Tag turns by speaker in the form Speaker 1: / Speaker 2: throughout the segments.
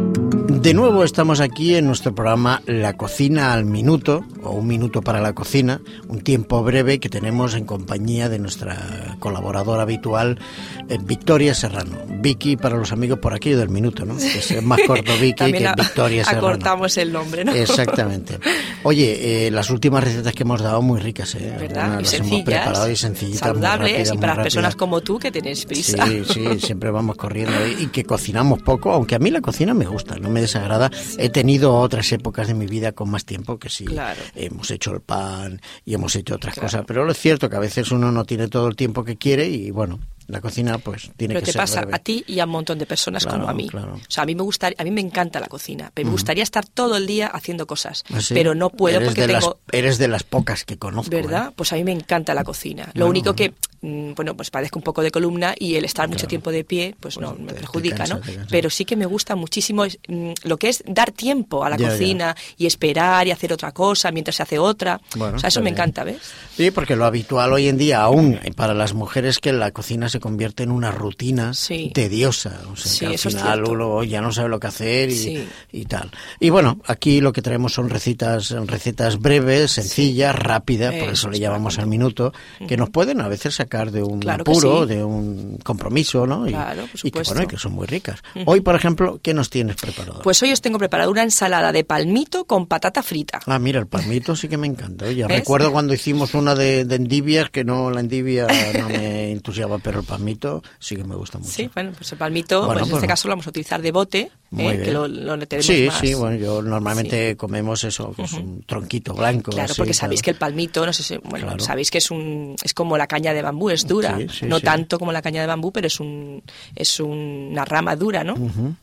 Speaker 1: De nuevo estamos aquí en nuestro programa La Cocina al Minuto, o un minuto para la cocina, un tiempo breve que tenemos en compañía de nuestra colaboradora habitual, eh, Victoria Serrano. Vicky para los amigos por aquello del minuto, ¿no? Que es más corto Vicky que
Speaker 2: También a-
Speaker 1: Victoria Serrano.
Speaker 2: acortamos el nombre, ¿no?
Speaker 1: Exactamente. Oye, eh, las últimas recetas que hemos dado muy ricas, ¿eh? Algunas
Speaker 2: ¿Verdad? Y
Speaker 1: las hemos preparado y
Speaker 2: sencillas,
Speaker 1: sencillitas, muy
Speaker 2: saludables
Speaker 1: rápidas,
Speaker 2: y
Speaker 1: muy
Speaker 2: para las
Speaker 1: rápidas.
Speaker 2: personas como tú que tenéis
Speaker 1: Sí,
Speaker 2: prisa.
Speaker 1: sí, siempre vamos corriendo y y que cocinamos poco, aunque a mí la cocina me gusta, no me desagrada. He tenido otras épocas de mi vida con más tiempo que sí.
Speaker 2: Claro.
Speaker 1: Hemos hecho el pan y hemos hecho otras
Speaker 2: Claro.
Speaker 1: cosas, pero lo es cierto que a veces uno no tiene todo el tiempo que quiere y bueno, la cocina pues tiene
Speaker 2: Pero
Speaker 1: que
Speaker 2: te
Speaker 1: ser
Speaker 2: pasa
Speaker 1: breve.
Speaker 2: a ti y a un montón de personas
Speaker 1: Claro,
Speaker 2: como a mí.
Speaker 1: claro. Mm.
Speaker 2: O sea, a mí me gustaría, a mí me encanta la cocina, pero me gustaría estar todo el día haciendo cosas,
Speaker 1: ¿Ah, sí?
Speaker 2: pero no puedo
Speaker 1: Eres
Speaker 2: porque
Speaker 1: de las-
Speaker 2: tengo
Speaker 1: eres de las pocas que conozco. ¿eh?
Speaker 2: ¿Verdad? Pues a mí me encanta la cocina. Lo
Speaker 1: Bueno,
Speaker 2: único que, mm, bueno, pues padezco un poco de columna y el estar mucho
Speaker 1: Claro.
Speaker 2: tiempo de pie, pues,
Speaker 1: Pues
Speaker 2: no,
Speaker 1: te-
Speaker 2: me
Speaker 1: te
Speaker 2: perjudica,
Speaker 1: cansa,
Speaker 2: ¿no?
Speaker 1: te cansa.
Speaker 2: Pero sí que me gusta muchísimo es, mm, lo que es dar tiempo a la
Speaker 1: Ya, ya.
Speaker 2: cocina y esperar y hacer otra cosa mientras se hace otra.
Speaker 1: Bueno,
Speaker 2: o
Speaker 1: está
Speaker 2: sea, eso me
Speaker 1: bien.
Speaker 2: encanta, ¿ves?
Speaker 1: Sí, porque lo habitual hoy en día, aún eh, para las mujeres, que la cocina se convierte en una rutina
Speaker 2: Sí.
Speaker 1: tediosa. O sea,
Speaker 2: Sí,
Speaker 1: que al
Speaker 2: eso es
Speaker 1: final
Speaker 2: cierto.
Speaker 1: uno ya no sabe lo que hacer y,
Speaker 2: Sí.
Speaker 1: y tal. Y bueno, aquí lo que traemos son recetas, recetas breves, sencillas, rápidas, por
Speaker 2: Eso
Speaker 1: eso le
Speaker 2: es
Speaker 1: llamamos al minuto, que nos pueden a veces sacar de un
Speaker 2: Claro que
Speaker 1: apuro,
Speaker 2: sí.
Speaker 1: de un compromiso, ¿no? Y,
Speaker 2: Claro, por
Speaker 1: y que, bueno,
Speaker 2: supuesto.
Speaker 1: y que son muy ricas. Hoy, por ejemplo, ¿qué nos tienes preparado?
Speaker 2: Pues hoy os tengo preparada una ensalada de palmito con patata frita.
Speaker 1: Ah, mira, el palmito sí que me encanta. Oye,
Speaker 2: ¿Ves?
Speaker 1: recuerdo cuando hicimos una de, de endivias, que no, la endivia no me entusiasma, pero el palmito sí que me gusta mucho.
Speaker 2: Sí, bueno, pues el palmito,
Speaker 1: Bueno,
Speaker 2: pues en este
Speaker 1: bueno.
Speaker 2: caso lo vamos a utilizar de bote,
Speaker 1: Muy
Speaker 2: eh,
Speaker 1: bien.
Speaker 2: que lo, lo tenemos
Speaker 1: sí,
Speaker 2: más.
Speaker 1: sí, bueno, yo normalmente comemos eso, que es un tronquito blanco.
Speaker 2: Claro,
Speaker 1: así,
Speaker 2: porque sabéis que
Speaker 1: claro.
Speaker 2: el palmito, no sé si, bueno,
Speaker 1: Claro.
Speaker 2: sabéis que es un es como la caña de bambú, es dura,
Speaker 1: Sí, sí,
Speaker 2: no
Speaker 1: sí.
Speaker 2: tanto como la caña de bambú, pero es un es una rama dura, ¿no?
Speaker 1: Mm.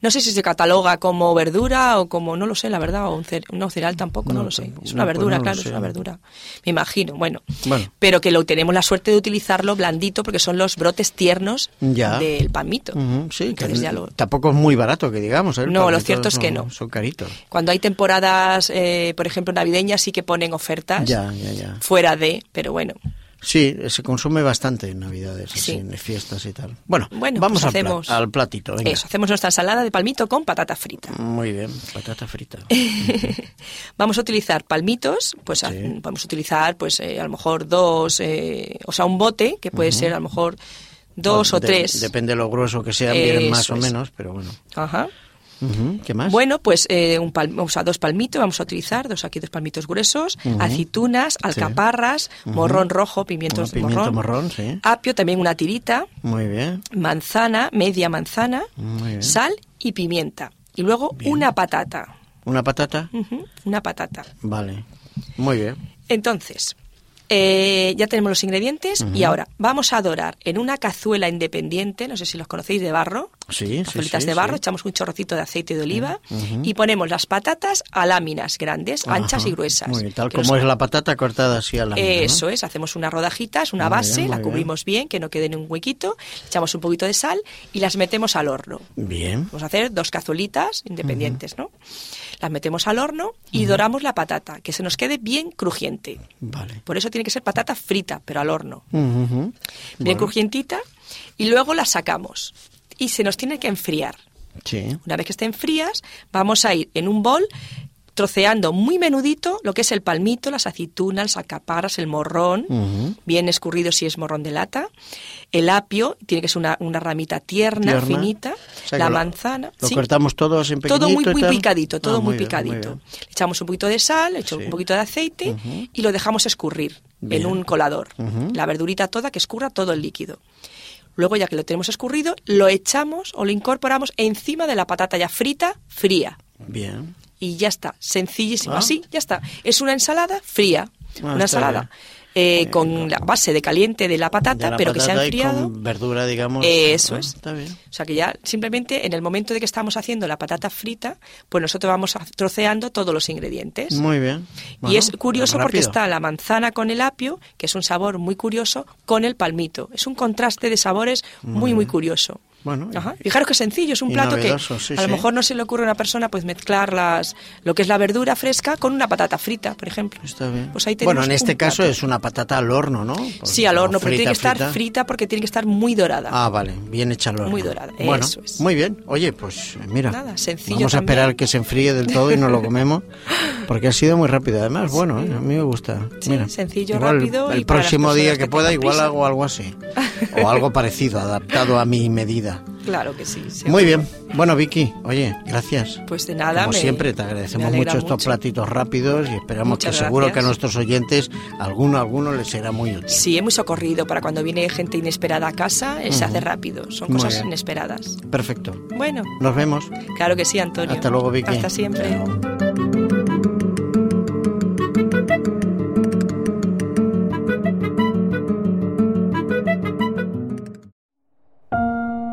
Speaker 2: No sé si se cataloga como verdura o como no lo sé, la verdad, o un cer- no cereal tampoco, no,
Speaker 1: No,
Speaker 2: lo sé.
Speaker 1: tampoco.
Speaker 2: Es una
Speaker 1: No, pues
Speaker 2: verdura,
Speaker 1: no lo
Speaker 2: claro, es
Speaker 1: sé.
Speaker 2: una verdura. Me imagino, bueno,
Speaker 1: Bueno.
Speaker 2: pero que lo tenemos la suerte de utilizarlo blandito porque son los brotes tiernos
Speaker 1: Ya.
Speaker 2: del palmito.
Speaker 1: Ujú, sí, que
Speaker 2: Entonces ya lo-
Speaker 1: tampoco es muy barato, que digamos. ¿eh? El
Speaker 2: No, lo
Speaker 1: palmito
Speaker 2: cierto es que no.
Speaker 1: Son caritos.
Speaker 2: Cuando hay temporadas, eh, por ejemplo, navideñas, sí que ponen ofertas
Speaker 1: Ya, ya, ya.
Speaker 2: fuera de, pero bueno,
Speaker 1: Sí, se consume bastante en Navidades, así,
Speaker 2: Sí.
Speaker 1: en fiestas y tal. Bueno,
Speaker 2: Bueno,
Speaker 1: vamos
Speaker 2: pues
Speaker 1: al, pla-
Speaker 2: hacemos-
Speaker 1: al platito. venga.
Speaker 2: Eso, hacemos nuestra ensalada de palmito con patata frita.
Speaker 1: Muy bien, patata frita.
Speaker 2: Vamos a utilizar palmitos, pues a-
Speaker 1: Sí.
Speaker 2: vamos a utilizar pues eh, a lo mejor dos, eh, o sea, un bote, que puede ser a lo mejor dos o
Speaker 1: De-
Speaker 2: tres.
Speaker 1: Depende de lo grueso que sean, vienen más
Speaker 2: Eso
Speaker 1: o
Speaker 2: es.
Speaker 1: menos, pero bueno.
Speaker 2: Ajá.
Speaker 1: Ujú, ¿Qué más?
Speaker 2: Bueno, pues eh, un pal- o sea, dos palmitos, vamos a utilizar dos aquí, dos palmitos gruesos, aceitunas, alcaparras, morrón rojo, pimientos
Speaker 1: Bueno, pimiento
Speaker 2: morrón,
Speaker 1: morrón, sí.
Speaker 2: apio, también una tirita,
Speaker 1: Muy bien.
Speaker 2: manzana, media manzana,
Speaker 1: Muy bien.
Speaker 2: sal y pimienta. Y luego
Speaker 1: Bien.
Speaker 2: una patata.
Speaker 1: ¿Una patata?
Speaker 2: Ujú, una patata.
Speaker 1: Vale. Muy bien.
Speaker 2: Entonces, eh, ya tenemos los ingredientes y ahora vamos a dorar en una cazuela independiente, no sé si los conocéis, de barro,
Speaker 1: Sí, sí,
Speaker 2: cazuelitas
Speaker 1: sí,
Speaker 2: de barro,
Speaker 1: sí.
Speaker 2: echamos un chorrocito de aceite de oliva y ponemos las patatas a láminas grandes, anchas
Speaker 1: Ajá.
Speaker 2: y gruesas.
Speaker 1: Muy bien, tal
Speaker 2: que
Speaker 1: como
Speaker 2: nos-
Speaker 1: es la patata cortada así a la mitad, ¿no?
Speaker 2: Eso es, hacemos unas rodajitas, una
Speaker 1: Muy
Speaker 2: base,
Speaker 1: bien, muy
Speaker 2: la cubrimos bien. que no quede en un huequito, echamos un poquito de sal y las metemos al horno.
Speaker 1: Bien.
Speaker 2: Vamos a hacer dos cazuelitas independientes, ¿no? Las metemos al horno y doramos la patata, que se nos quede bien crujiente.
Speaker 1: Vale.
Speaker 2: Por eso tiene que ser patata frita, pero al horno.
Speaker 1: Ujú, ujú.
Speaker 2: Bien
Speaker 1: Bueno,
Speaker 2: crujientita. Y luego la sacamos. Y se nos tiene que enfriar.
Speaker 1: Sí.
Speaker 2: Una vez que estén frías, vamos a ir en un bol troceando muy menudito lo que es el palmito, las aceitunas, las alcaparras, el morrón,
Speaker 1: Ujú.
Speaker 2: bien escurrido si es morrón de lata, el apio, tiene que ser una, una ramita tierna,
Speaker 1: Tierna.
Speaker 2: finita,
Speaker 1: O sea,
Speaker 2: la
Speaker 1: que lo-
Speaker 2: manzana.
Speaker 1: Lo
Speaker 2: sí.
Speaker 1: cortamos todo así en
Speaker 2: Todo muy,
Speaker 1: pequeñito y
Speaker 2: muy
Speaker 1: tal.
Speaker 2: picadito, todo
Speaker 1: Ah,
Speaker 2: muy,
Speaker 1: bien,
Speaker 2: picadito.
Speaker 1: bien.
Speaker 2: Le echamos un poquito de sal, le echo
Speaker 1: Sí.
Speaker 2: un poquito de aceite
Speaker 1: Ujú.
Speaker 2: y lo dejamos escurrir
Speaker 1: Bien.
Speaker 2: en un colador.
Speaker 1: Ujú.
Speaker 2: La verdurita toda que escurra todo el líquido. Luego, ya que lo tenemos escurrido, lo echamos o lo incorporamos encima de la patata ya frita, fría.
Speaker 1: Bien.
Speaker 2: Y ya está, sencillísimo.
Speaker 1: Ah.
Speaker 2: Así, ya está. Es una ensalada fría,
Speaker 1: Ah,
Speaker 2: una
Speaker 1: está
Speaker 2: ensalada. eh, con la base de caliente de la patata,
Speaker 1: De la
Speaker 2: pero que se ha
Speaker 1: patata y
Speaker 2: enfriado.
Speaker 1: con verdura, digamos.
Speaker 2: Eso
Speaker 1: Ah,
Speaker 2: es.
Speaker 1: Está bien.
Speaker 2: O sea que ya simplemente en el momento de que estamos haciendo la patata frita, pues nosotros vamos a- troceando todos los ingredientes.
Speaker 1: Muy bien.
Speaker 2: y
Speaker 1: Bueno,
Speaker 2: es curioso porque
Speaker 1: rápido.
Speaker 2: está la manzana con el apio, que es un sabor muy curioso, con el palmito. Es un contraste de sabores muy, muy curioso.
Speaker 1: Bueno,
Speaker 2: Ajá. Fijaros que sencillo, es un
Speaker 1: y
Speaker 2: plato que
Speaker 1: novedoso, sí,
Speaker 2: a lo
Speaker 1: sí.
Speaker 2: mejor no se le ocurre a una persona pues mezclar las, lo que es la verdura fresca con una patata frita, por ejemplo.
Speaker 1: está bien.
Speaker 2: Pues ahí
Speaker 1: bueno,
Speaker 2: tenemos
Speaker 1: en
Speaker 2: un
Speaker 1: este caso
Speaker 2: plato.
Speaker 1: es una patata al horno, ¿no? Porque
Speaker 2: Sí, al
Speaker 1: como
Speaker 2: horno, pero tiene que estar frita. porque tiene que estar muy dorada.
Speaker 1: Ah, vale, bien hecha al horno.
Speaker 2: Muy dorada,
Speaker 1: Bueno,
Speaker 2: eso es.
Speaker 1: muy bien. Oye, pues eh, mira,
Speaker 2: Nada, sencillo
Speaker 1: vamos a
Speaker 2: también.
Speaker 1: esperar que se enfríe del todo y no lo comemos, porque ha sido muy rápido. Además, bueno, eh, a mí me gusta.
Speaker 2: Sí,
Speaker 1: mira,
Speaker 2: sencillo,
Speaker 1: igual
Speaker 2: rápido
Speaker 1: El
Speaker 2: y para las
Speaker 1: próximo día
Speaker 2: personas
Speaker 1: que,
Speaker 2: que
Speaker 1: pueda,
Speaker 2: tengan
Speaker 1: igual
Speaker 2: prisa.
Speaker 1: hago algo así o algo parecido, adaptado a mi medida.
Speaker 2: Claro que sí. seguro.
Speaker 1: Muy bien. Bueno, Vicky, oye, gracias.
Speaker 2: Pues de nada.
Speaker 1: Como
Speaker 2: me-
Speaker 1: siempre, te
Speaker 2: me
Speaker 1: agradecemos
Speaker 2: alegra
Speaker 1: mucho estos platitos rápidos y esperamos
Speaker 2: Muchas
Speaker 1: que seguro
Speaker 2: gracias.
Speaker 1: que a nuestros oyentes, alguno a alguno les será muy útil.
Speaker 2: Sí, es muy socorrido para cuando viene gente inesperada a casa, eh, se hace rápido. Son
Speaker 1: Muy
Speaker 2: cosas
Speaker 1: bien.
Speaker 2: inesperadas.
Speaker 1: Perfecto.
Speaker 2: Bueno,
Speaker 1: Nos vemos.
Speaker 2: claro que sí, Antonio.
Speaker 1: Hasta luego, Vicky.
Speaker 2: Hasta siempre.
Speaker 1: Chao.